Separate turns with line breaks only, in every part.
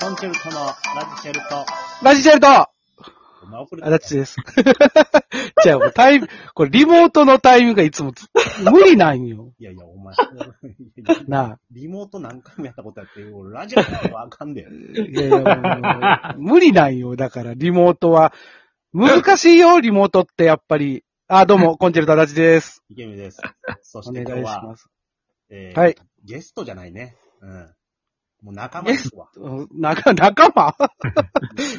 コンチェルトのラジチェルト。
ラジチェルトあ
お前遅れてる
だちです。 じゃあもうタイム、これリモートのタイムがいつもず無理なんよ。
いやいや、お前。
なあ。
リモート何回もやったことやって、俺ラジオとかあかんで。
いやいやもう無理なんよ。だからリモートは。難しいよ、リモートってやっぱり。あ、どうも、コンチェルトラジです。
イケミです。そ
お
して
願い
今
し
日は、
ます。
え
はい
ゲストじゃないね。うん。もう仲間 ですわ。
うんなか、仲間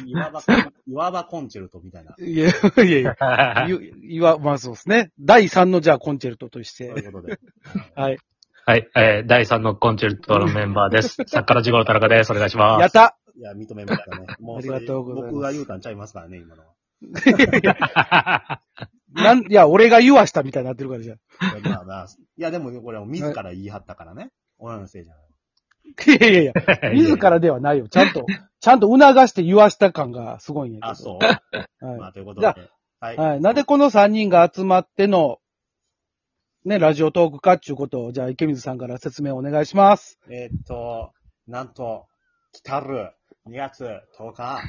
いわば、いわばコンチェルトみたいな。
いや、いやいや。 いいわ、まあそうですね。第3のじゃあコンチェルトとし
と
て
い。うことで。
はい。
はい、えー第3のコンチェルトのメンバー です。作家のジゴロ田中です。お願いします。
やった
いや、認めました ね。もそれ
ありがとうございます
僕が言うたんちゃいますからね、今のは。
なん、いや、俺が言わしたみたいになってるからじゃあ。
いやまあまあ、いや、でもこれは自ら言い張ったからね。俺のせいじゃ ない。
いやいやいや。自らではないよ。ちゃん と、ちゃんと促して言わした感がすごいんやけど。
あ、そう。ま
は
あ、ということで。はい
い。。はい。なんでこの3人が集まっての、ね、ラジオトークかっていうことを、じゃあ池水さんから説明お願いします。
えーっと、なんと、来たる2月10日、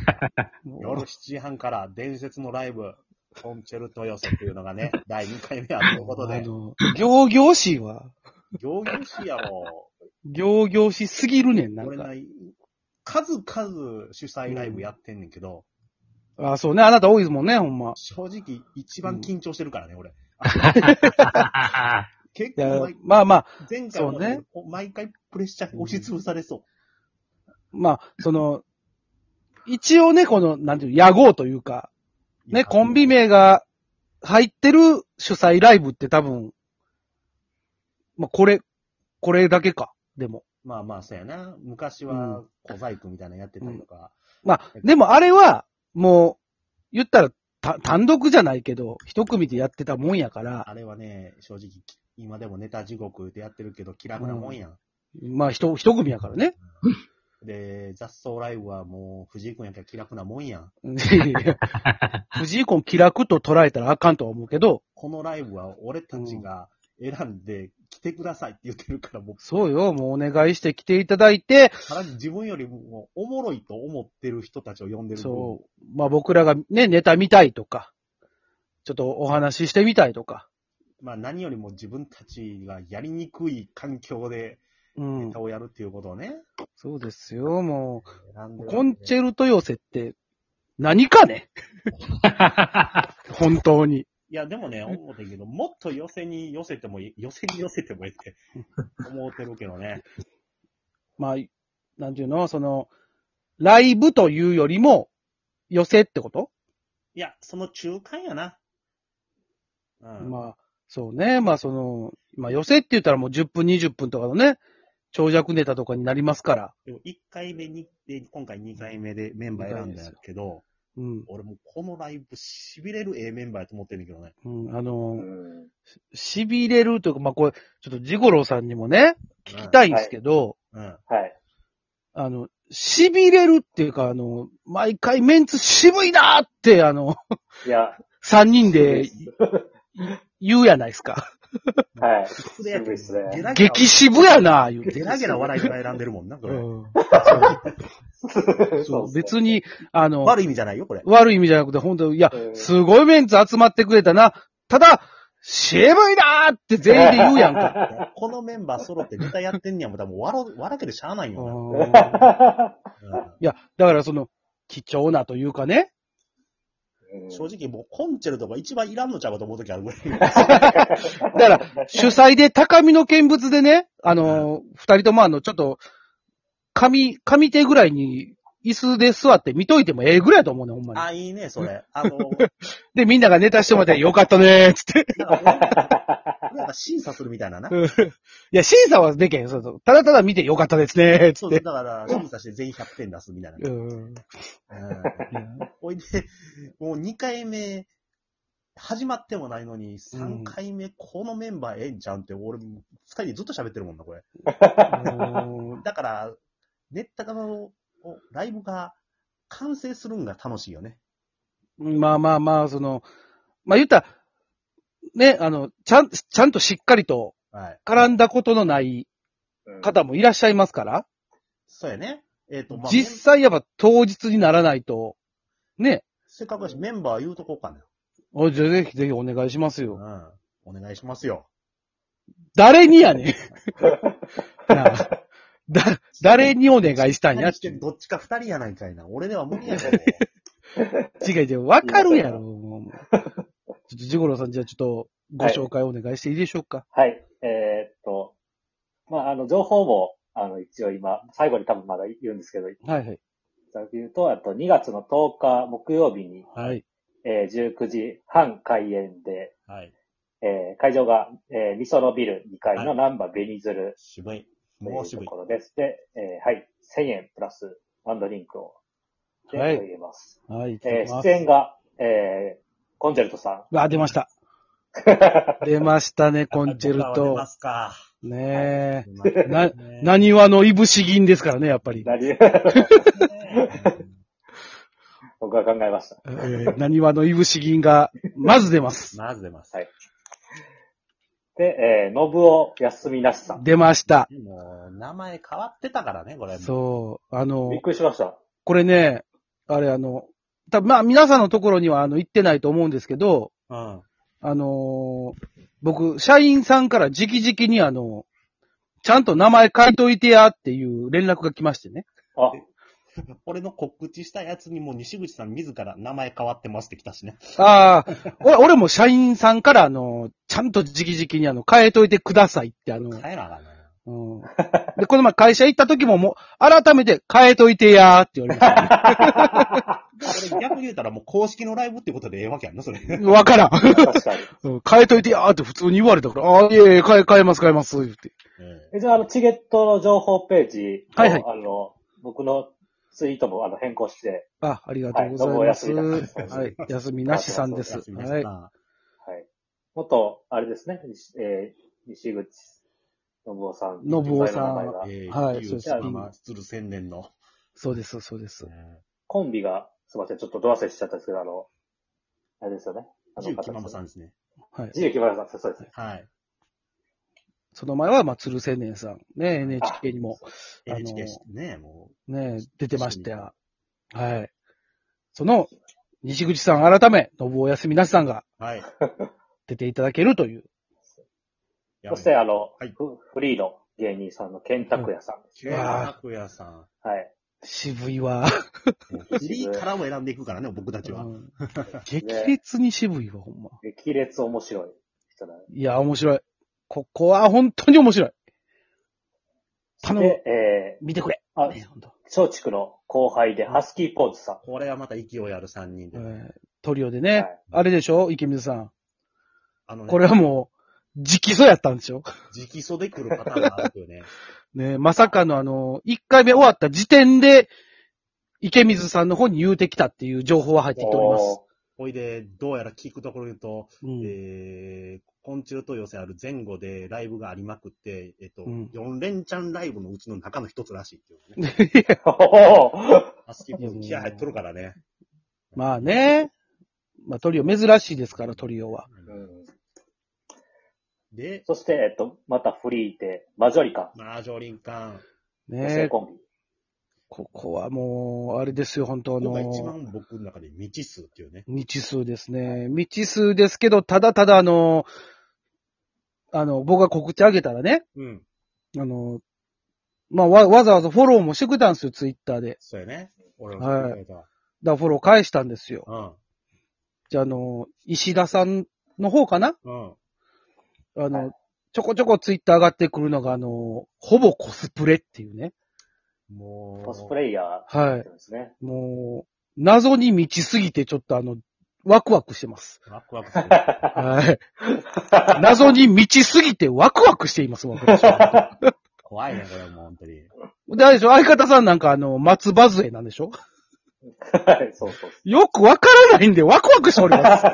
夜7時半から伝説のライブ、コンチェルト寄せっていうのが ね、第2回目あるということ
あ
で、
の、行々しいわ。
行々しいやろ。
行々しすぎるねん、なん
俺
か。
ない、数々主催ライブやってんねんけど、
あ、そうね。あなた多いですもんね、ほんま。
正直一番緊張してるからね、俺。
ら。
結
いや
構、、
まあまあ、
前回も、
そう
ね
ね
毎回プレッシャーに押しつぶされそう。
まあ、その、一応ね、この、なんていう、野号というか、ね、コンビ名が入ってる主催ライブって多分、まあ、これ、これだけか、でも。
まあまあ、そうやな。昔
う
は小細工みたいなのやってたりとか。
まあ、でもあれは、もう、言ったら、た、単独じゃないけど、一組でやってたもんやから、
あれはね、正直、今でもネタ地獄でやってるけど、気楽なもんやん。
まあ、一、一組やからね。
で、雑草ライブはもう、藤井君やけど気楽なもんやん。
藤井君気楽と捉えたらあかんとは思うけど、
このライブは俺たちが選んで来てくださいって言ってるから、もう、
そうよ、もうお願いして来ていただいて、
さらに自分よりもおもろいと思ってる人たちを呼んでる。
そう。まあ僕らがね、ネタ見たいとか、ちょっとお話ししてみたいとか。
まあ何よりも自分たちがやりにくい環境で
う
ネ
ん
タ。をやるっていうことをね。
そうですよ、も
選んで
う。
る
コンチェルト寄せって何かね本当に。
いや、でもね、思うてんけど、もっと寄せに寄せてもいい、寄せに寄せてもいいって思ってるけどね。
まあ、なんていうのその、ライブというよりも、寄せってこと、
いや、その中間やな。うん。
まあ、そうね。まあその、まあ寄せって言ったらもう10分20分とかのね、長尺ネタとかになりますから。
でも1回目に、で今回2回目でメンバー選んだんやけど、
うん。
俺もこのライブ痺れるええメンバーやと思ってるけどね。
うん、あの、し痺れるというか、まあこれ、ちょっとジゴロさんにもね、聞きたいんですけど、
うん。
はい。
あの、痺れるっていうか、あの、毎回メンツ渋いなーって、あの、
いや、
三人で言うやないですか。
はい。
失
渋いっすね
ゲラゲラ
激渋やなー言う
ゲ
て。
ラゲラ笑いから選んでるもんな、これ。
うん
そうっすね
別。に、あの、
悪い意味じゃないよ、これ。
悪い意味じゃなくて、本当いや
う、ん
すごいメンツ集まってくれたな。ただ、渋いなーって全員で言うやん か。
このメンバー揃ってネタやってんねやもん、多分笑う、笑けどしゃあない
うん
よ な。うん
いや、だからその、貴重なというかね。
正直もうコンチェルとか一番いらんのちゃうかと思う時あるぐらい。
だから、主催で高みの見物でね、あのー、二、人ともあの、ちょっと、紙、紙手ぐらいに、椅子で座って見といてもええぐらいやと思うね、ほんまに。
あ、いいね、それ。 あの、
で、みんながネタしてもらって、よかったねー、つって。
なんか審査するみたいなな。
いや、審査はできへん、そうそう。ただただ見てよかったですねー、つ
そ
っ
うだ
て。
から、審査して全員100点出すみたいな。
うん。
うん。おいで、もう2回目、始まってもないのに、3回目、このメンバーええんちゃうんって、俺、2人でずっと喋ってるもんな、これ。
うん
だから、ネタのおライブが完成するんが楽しいよね。
まあまあまあ、その、まあ言ったら、ね、あの、ちゃん、ちゃんとしっかりと
はい。
絡んだことのない
うん
方もいらっしゃいますから。
そうやね。えっ、と、まあ、
実際やっぱ当日にならないと、ね。
せっかくやし、メンバー言うとこうかね。
おじゃあぜひぜひお願いします
う
よ。
ん。お願いしますよ。
誰 にやねん。 なあだ、誰にお願いしたんや
二人
っ
してて
いう。
どっちか二人やないかいな。俺では無理や ぞ。
違う違う、わかるやろ。もうちょっとジゴロさん、じゃあちょっとご紹介お願いしていいでしょうか。
はい。えーっと、まあ、あの、情報も、あの、一応今、最後に多分まだ言うんですけど、い
はいはい。
ただく言うと、あと2月の10日木曜日に、
はい。
えー19時半開演で、
はい。
えー会場が、えーミソロビル2階のナンバベニズル
渋い。
と
もう
いう
渋
と
い。
ころです。で、えーはい。1000円プラスワンドリンクを、 で、
はい
入れます。
はい。いただ
え
き
ー
ます
出演が、えーコンチェルトさ
わあ、出ま した。出ましたね、コンチェル
あ出
ト
ま。すか。
ね
出ます
え。な、
ね
なにわのいぶし銀ですからね、やっぱ
ん。
り。
なり僕が考えました。
えーなにわのいぶし銀が、まず出ます。
まず出ます。
で、えー、信夫休みなしさん。
出ました。
もう、名前変わってたからね、これ。う。
そう。あの
びっ、くりしました。
これね、あれあの、たまあ皆さんのところにはあの行ってないと思うんですけど、
うん。
あのー僕、社員さんから直々にあの、ちゃんと名前書いといてやっていう連絡が来ましてね。
あ、
俺の告知したやつにも西口さん自ら名前変わってますって来たしね。
ああ、俺、俺も社員さんからあの、ちゃんと直々にあの、変えといてくださいってあの、
変えなあかんね。
うん。で、この前会社行った時ももう、改めて変えといてやーって言われました。
これ逆に言うたらもう公式のライブってことでええわけやんな、それ。
わからん。
確かに。
うん変えといてやーって普通に言われたから、ああ、いえいえ、変え、変えます、変えます、言って。
えじゃあ、あの、チゲットの情報ページを、
はいはい
あの、僕のツイートもあの変更して、
あ、ありがとうございます。
はいどうもお
は
休みなさい
い、休みなしさんです。
休みな
は
さ
い
い。な
はい。元、あれですね、西えー西口信夫さん。
信夫さん
名前が
ええ
はい
い
そう
う
です
さまま、つる宣伝の。
そうです、そうです。
コンビが、すいません、ちょっとド忘れしちゃったんですけど、あの、あれですよね。あの
十木
方
ママ
です
さ
よ
ん
ね。
ですね。
はい。
自由気ままさん、そうですね。
はい。
その前は、まあ、鶴青年さん。ね、NHK にも、あの
NHK ね、も
ね、出てましたよ。はい。その、西口さん改め、信夫休みなしさんが
う。はい。
出ていただけるという。
そして、あの、
はい
フフリーの芸人さんの健太也さんです。
ケイタクヤさん。
はい。
渋いわ。
もうフリーからも選んでいくからね、僕たちは
う。ん 激烈に渋いわ、ほんま。
激烈面白い人だね。
いや、面白い。ここは本当に面白い。頼む。
で、え
見てくれ。
ー、あ、
ねほんと
松竹の後輩で、ハスキーポーズさん。
これはまた勢いある3人で。
えートリオでね、
はい
あれでしょ池水さん。
あのね、
これはもう、直訴やったんでしょ
直訴で来るパターンがあるよね。
ねまさかのあの、1回目終わった時点で、池水さんの方に言うてきたっていう情報は入ってきております。
お
ほいで、どうやら聞くところによると、
うん、
えー、昆虫と寄せある前後でライブがありまくって、えっと、
うん
4連チャンライブのうちの中の一つらしいっていうね。
ー
アスキーポーズ気合入っとるからね。
まあね。まあトリオ珍しいですから、トリオは。
うん
で、
そして、えっと、またフリーで、マジョリカ、
まあ、ジョリンカン。
女性
ね
コンビ。
ここはもう、あれですよ、本当あ
ここが一
の、
番僕の中で未知数っていうね。
未知数ですね。未知数ですけど、ただただあの、あの、僕が告知あげたらね、
うん。
あの、まあわ、わざわざフォローもしてくれたんですよ、ツイッターで。
そうやね。俺は。
だからフォロー返したんですよ。
は
じゃあ、あの、石田さんの方かな
うん。うん。
あの、
はい
ちょこちょこツイッター上がってくるのが、あの、ほぼコスプレっていうね。
もう。
コスプレイヤー
は
ですね。
い。もう、謎に満ちすぎて、ちょっとあの、ワクワクしてます。
ワクワクする。
はい。謎に満ちすぎてワクワクしています、僕。で、
怖いね、これもう本当に。
あれでしょ、相方さんなんかあの、松葉杖なんでしょ
はい、 そうそう。
よくわからないんで、ワクワクしております。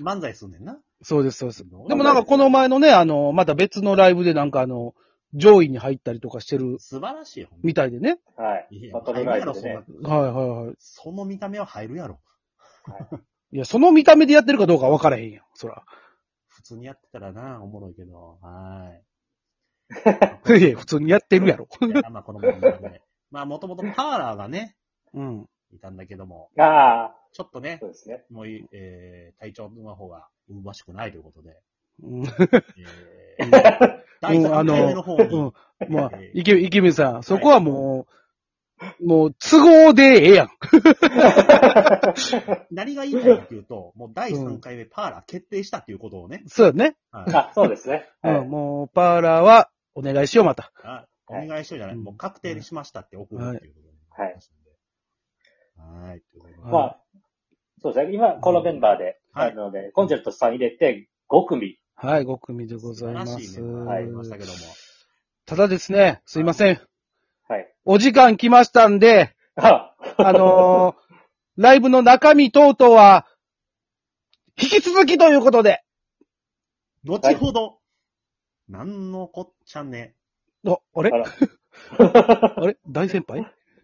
ま漫才すんねんな。
そうです、そうです。
で
でもなんかこの前のね、あの、また別のライブでなんかあの、上位に入ったりとかしてる
素晴らしいよ。ほんと
みたいでね。
はいい。
や
バト
入
ル
る
ラ
や
イブ
ろ、そ
で
ん
ね
な。。
はいはいはい。
その見た目は入るやろ。
いや、その見た目でやってるかどうかわからへんやん、そら。
普通にやってたらな、おもろいけど。は
いやいや普通にやってるやろ。
いやまあ、この問題で。 まあ、もともとパーラーがね、
うん。
いたんだけども、
ああ、
ちょっとね
そ、うですね。
もうい、えー、体調の方が芳しくないということで、
う
え
ん。
ー、第
うんあ
3
の
回目の方に、
うん まあ
え、ー
池、池水さん、そこはもう、もう、都合でええやん。
何が言いたいかというと、もう第3回目パーラー決定したっていうことをね、
そうね。
はい
あ、そうですね。はい
うん、もう、パーラーは、お願いしよう、また。
あお願いしようじゃない、
うん
もう確定にしましたって送るっていうことになりましたんで。はい。ということで
まあ、そうですね。今、このメンバーで、
はい
あのね、コンチェルト3入れて5組。
はい、5組でございま
素晴らしい
す。
メンバーになりましたけども。
ただですね、すいません。
はい。
お時間来ましたんで、
あ
あのーライブの中身等々は、引き続きということで、
後ほど、なんのこっちゃね。
お、あれ
あら
あれ大先輩